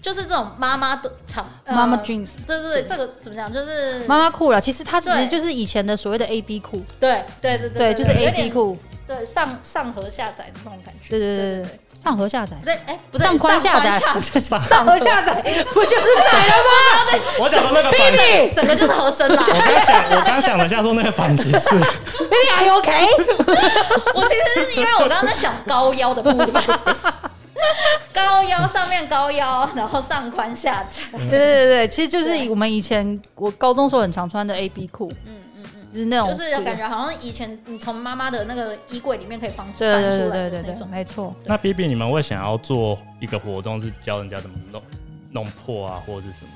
就是这种妈妈的厂，呃
妈妈 jeans，
对对对，这个怎么讲？就是
妈妈裤啦，其实它其实
对
就是以前的所谓的 A B 裤，
对对对
对，就是
有
A B
点
裤，
对上上合下载的那种感觉，
对对对
对
对上合下载，
不对，哎，不对，
上宽下载，
上宽下
上合下载，不就是窄了吗？
我讲的那个版型，
你
整个就是合身 啦。
我刚想，我刚想了一下，说那个版型是，
你还 OK？
我其实是因为我刚刚在想高腰的部分，高腰上面高腰，然后上宽下窄，
对对对对，其实就是
对
我们以前我高中时候很常穿的 A B 裤，
嗯嗯嗯。
就是那种
就是感觉好像以前你从妈妈的那个衣柜里面可以翻翻出
对对对
来
对
的
对
那
对
种
对，。没错。
那 B B 你们会想要做一个活动，是教人家怎么弄弄破啊，或者是什么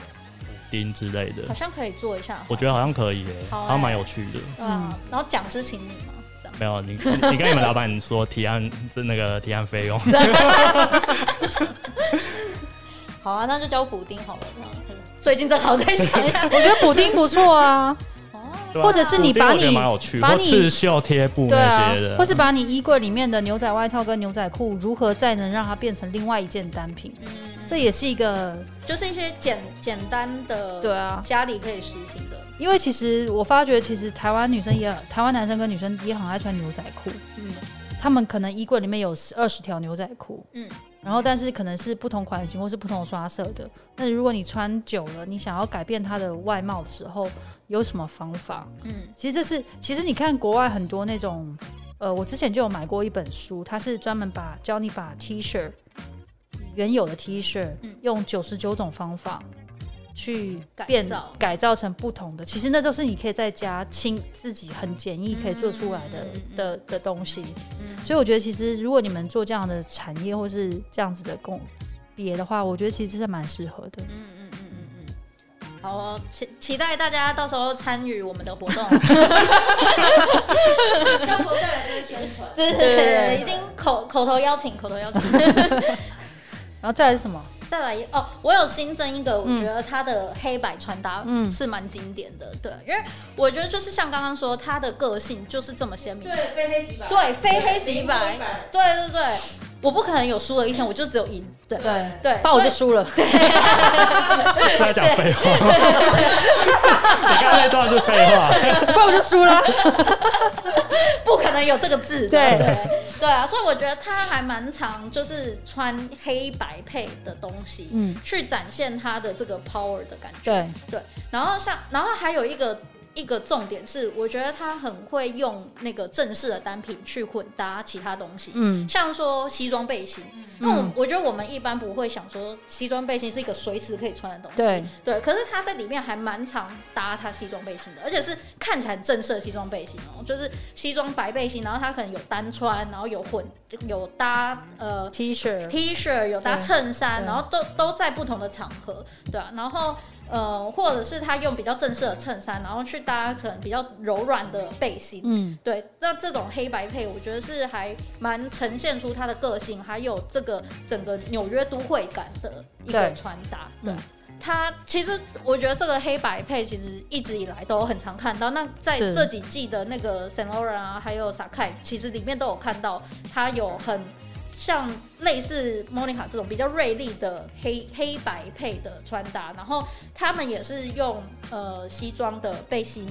钉之类的
好？像可以做一下。
我觉得好像可以耶，
好欸
好像蛮有趣的。
对啊，然后讲师请你嘛，这样。
没有，你你你跟你们老板说提案，这那个提案费 用，
好啊，那就教补丁好了。这样最近正好在想一 下，
我觉得补丁不错啊，
哦，
对啊
或者是你
我觉得
把
我觉得
你
蛮有趣，
把
或
你
刺绣贴布
对
那
啊
些的，，
或是把你衣柜里面的牛仔外套跟牛仔裤，如何再能让它变成另外一件单品？
嗯，
这也是一个
就是一些简简单的，
对，啊，
家里可以实行的，
因为其实我发觉，其实台湾女生也，台湾男生跟女生也很爱穿牛仔裤。
嗯
他们可能衣柜里面有十二十条牛仔裤，
嗯，
然后但是可能是不同款型或是不同刷色的。但是如果你穿久了，你想要改变它的外貌的时候，有什么方法？
嗯
其实这是，其实你看国外很多那种，呃，我之前就有买过一本书，它是专门把教你把 T 恤原有的 T 恤，
嗯
用九十九种方法去
改
变
造
改造成不同的。其实那都是你可以在家亲自己很简易可以做出来的、
嗯嗯嗯嗯
的的东西。
嗯，
所以我觉得，其实如果你们做这样的产业或是这样子的工别的话，我觉得其实是蛮适合的。
嗯嗯嗯嗯嗯，好哦，期期待大家到时候参与我们的活动，啊
嗯到时候再来这边宣传。
对嗯
对对
已经口口头邀请，口头邀请。
然后再来是什么？
再来一哦，我有新增一个，我
嗯
觉得他的黑白穿搭
嗯
是蛮经典的，对，因为我觉得就是像刚刚说，他的个性就是这么鲜明，
对，非黑即白。
对，非黑即白
非黑即，白
对对对，我不可能有输的一天，我就只有赢，对
对
对，
爸，我就
所
输了。
他在讲废话。你刚才这一段是废话。
不然我就输了。
不可能有这个字，
对
对对对啊，所以我觉得他还蛮常就是穿黑白配的东西，
嗯，
去展现他的这个 power 的感觉。
对，
然后像，然后还有一个一个重点是，我觉得他很会用那个正式的单品去混搭其他东西，
嗯，
像说西装背心。那我、我觉得我们一般不会想说西装背心是一个随时可以穿的东西，
对，
对，可是他在里面还蛮常搭他西装背心的，而且是看起来很正式的西装背心哦、就是西装白背心，然后他可能有单穿，然后有混，有搭呃
T 恤
T 恤，有搭
对
衬衫，
对
然后都都在不同的场合，对啊，然后呃，或者是他用比较正式的衬衫，然后去搭成比较柔软的背心，
嗯，
对，那这种黑白配，我觉得是还蛮呈现出他的个性，还有这个整个纽约都会感的一个
对
穿搭。
嗯
对，他其实我觉得这个黑白配其实一直以来都很常看到。那在
是
这几季的那个 Saint Laurent 啊，还有 Sakai，其实里面都有看到他有很像类似 Monica 这种比较锐利的黑黑白配的穿搭，然后他们也是用呃西装的背心，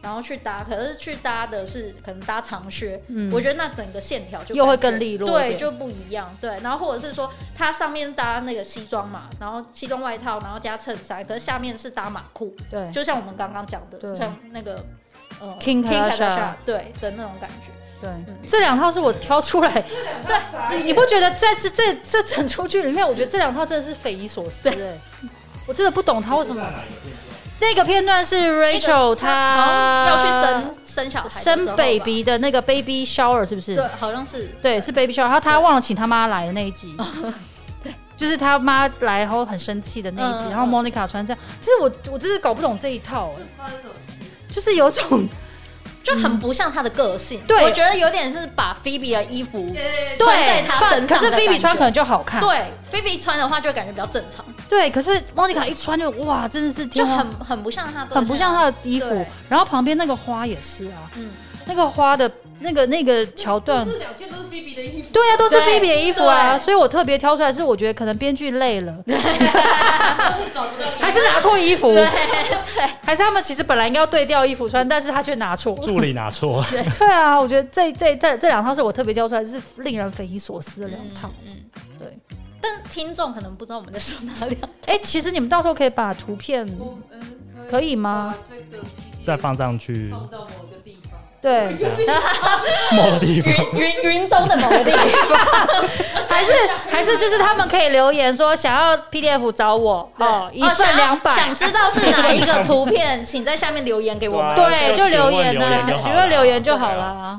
然后去搭，可是去搭的是可能搭长靴，
嗯
我觉得那整个线条就
又
感
会
觉
更利落一
对，
点
就不一样，对。然后或者是说它上面搭那个西装嘛，然后西装外套，然后加衬衫，可是下面是搭马裤，
对，
就像我们刚刚讲的，
对
像那个呃
Kim Kardashian
对的那种感觉。
对
嗯，
这两套是我挑出 来。
这两
对
套傻
哎
你
眼
你不觉得在这这这整出剧里面，我觉得这两套真的是匪夷所思哎！我真的不懂他为什么。那个片段是
那个
Rachel
她好像要去
她
生生小孩的时候吧，
生 baby 的那个 baby shower 是不是？
对，好像是
对，是 baby shower，然后他忘了请他妈来的那一集，
哦
就是他妈来然后很生气的那一集，
嗯
然后 Monica 穿这样，其实我我真是搞不懂这一套，哎
发生什么事？
就是有种
就很不像他的个性。
嗯对
我觉得有点是把 Phoebe 的衣服
对
穿在她
放
身上
可是
的感
Phoebe 穿
觉
可能就好看，
对 Phoebe 穿的话，就会感觉比较正常，
对，可是 Monica 一穿就哇，真的是
就
天啊
很很不像他的，
很不像她的衣服
对，
然后旁边那个花也是啊，
嗯，
那个花的那个那个桥段。
这两件都是 B B 的衣服，
对呀、啊，都是
对
Phoebe 的衣服啊，
对
所以我特别挑出来，是我觉得可能编剧累了，
都是找不到衣服
还是拿错衣服，
对对
还是他们其实本来应该要对调衣服穿，但是他却拿错。
助理拿错，
对啊，我觉得这这这这两套是我特别挑出来，是令人匪夷所思的两套。
嗯，嗯
对。
但听众可能不知道我们在说哪两，
哎、其实你们到时候可以把图片，
我嗯
哦呃可以吗？
把这个 BB
再放上去
放到某个地方，
对，
某个地方。
云云云中的某个地方，
还是还是就是他们可以留言说想要 PDF 找我哦，一份两百、
想知道是哪一个图片，请在下面留言给我们。
对啊
对，就
就
留
询问
言呐、
留言就好
询问
了
留言就
对
好
啊
了啊。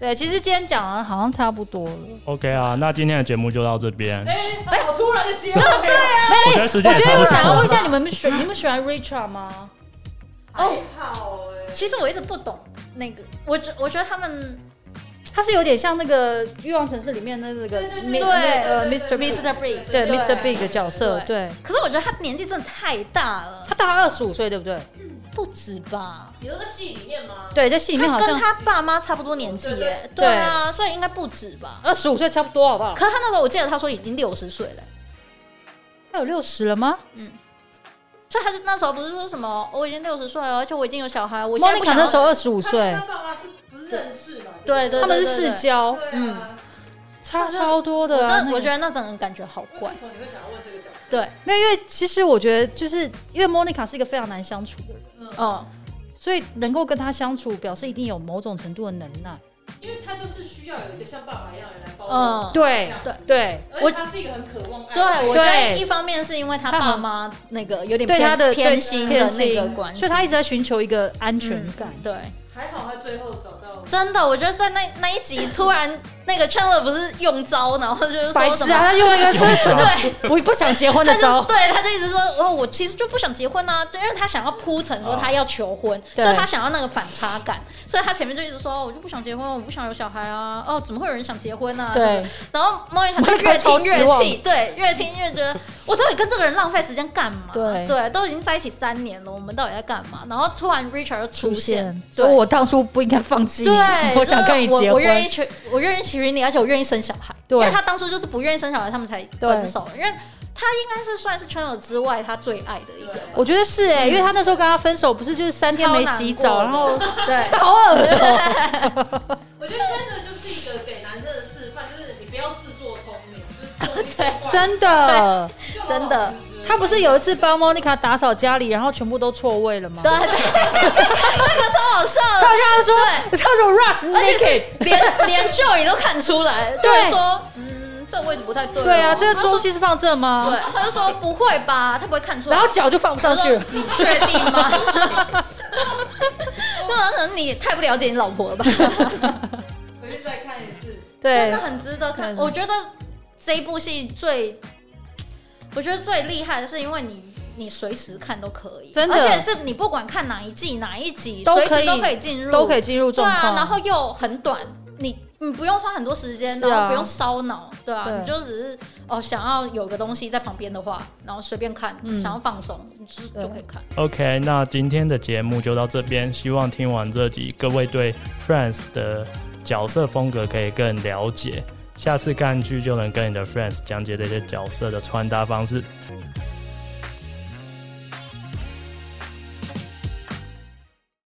对，其实今天讲的好像差不多了。
OK 啊，那今天的节目就到这边。
哎，好突然的结尾，
哦
对啊，
我觉得时
我
间也
觉
差
得
不
我
多
想要问一
了。
下，你们喜你们喜欢 Richard 吗？
还好哎，
其实我一直不懂那个，我觉我觉得他们
他是有点像那个《欲望城市》里面的那个
对对
Mi-
对
那呃
对
Mr.
对对
Big，
Mr. Big，
对
对
Mr. Big 的角色，
对
对
可是我觉得他年纪真的太大了，
他大二十五岁，对不对？
不止吧？
你说在戏里面吗？
对，在戏里面
他
好
跟
像
他爸妈差不多年纪耶，
对对
对啊，所以应该不止吧？
二十五岁差不多，好不好？
可是他那时候我记得他说已经六十岁了。
他有六十了吗？
所以他就那时候不是说什么哦我已经六十岁了，而且我已经有小孩，我现
莫
在
妮
不
卡
想
那
要
时候二十五
他
岁
跟，他爸妈是不认识嘛？
对
他
对嗯
他
们
们
是
对对
世交，
对啊，
差超多的
我
啊。
那
那
我
个
觉得那整个感觉好怪
为。什么你会想要问这个角色？
对，
没有，因为其实我觉得就是因为莫妮卡是一个非常难相处的人，
嗯，
哦，
所以能够跟他相处，表示一定有某种程度的能耐。
因为他就是需要有一个像爸爸一样的人来包
嗯
容，
对
对，
对，
而且他是一个很渴望爱
对，
的人，
我觉得一方面是因为他
他
爸
很
妈那个有点
对
偏
他的
偏
对
心
偏
的那个
心
关系，
所以他一直在寻求一个安全感。
嗯对，
还好他最后找到。
真的，我觉得在那那一集突然那个 Chandler 不是用招，然后就是
白
说什
痴啊，
么。
他用一
用
个就是
招
对，
不不想结婚
他
的
就
招，
对，他就一直说，哦，我其实就不想结婚啊，就因为他想要铺陈说
哦
他要求婚，
对
所以他想要那个反差感，所以他前面就一直说，哦我就不想结婚，我不想有小孩啊，哦，怎么会有人想结婚啊？
对，
然后莫妮卡就越听越气，对，越听越觉得我到底跟这个人浪费时间干嘛？
对
都已经在一起三年了，我们到底在干嘛？然后突然 Richard 就
出
出现
现，，
对
所以我当初不应该放弃你，
对，
我想跟你
就是
结
我我
婚，
愿意娶，我愿意娶你，而且我愿意生小孩。
对
因为他当初就是不愿意生小孩，他们才分手，因为应该是算是圈友之外他最爱的一个 吧。
我觉得是哎、因为他那时候跟他分手，不是就是三天没洗澡，
嗯超
然后
难过的对，
好恶哦、
我觉得圈子就是一个给男生的示范，就是你不要自作聪明，就是做一些 怪
真的。
就老老
真的
实实
他不是有一次帮 Monica 打扫家里，然后全部都错位了吗？
对对，那个超好笑
超
的，
像说，超像 Rush
嗯而且
naked。
是连连 Joey 都看出来，就
对
是说，嗯，这位置不太对哦。
对啊，这个
他说
东西是放这吗
对？，他就说不会吧，他不会看出来。
然后脚就放不上去了
他。说你确定 吗？那可能你太不了解你老婆了吧？
回去再看一次。
真
对
的，很值得看。
对
我觉得这一部戏最，我觉得最厉害的是，因为你你随时看都可以，
真的
而且是你不管看哪一季哪一集，
都可以
随时都可以进入，
都可以进入
对
状
啊，
况。
然后又很短，你你不用花很多时间，
是啊
然后不用烧脑，对啊，
对
你就只是哦想要有个东西在旁边的话，然后随便看，
嗯
想要放松，你就
对
就可以看。
OK，那今天的节目就到这边，希望听完这集，各位对 Friends 的角色风格可以更了解，下次看剧就能跟你的 Friends 讲解这些角色的穿搭方式。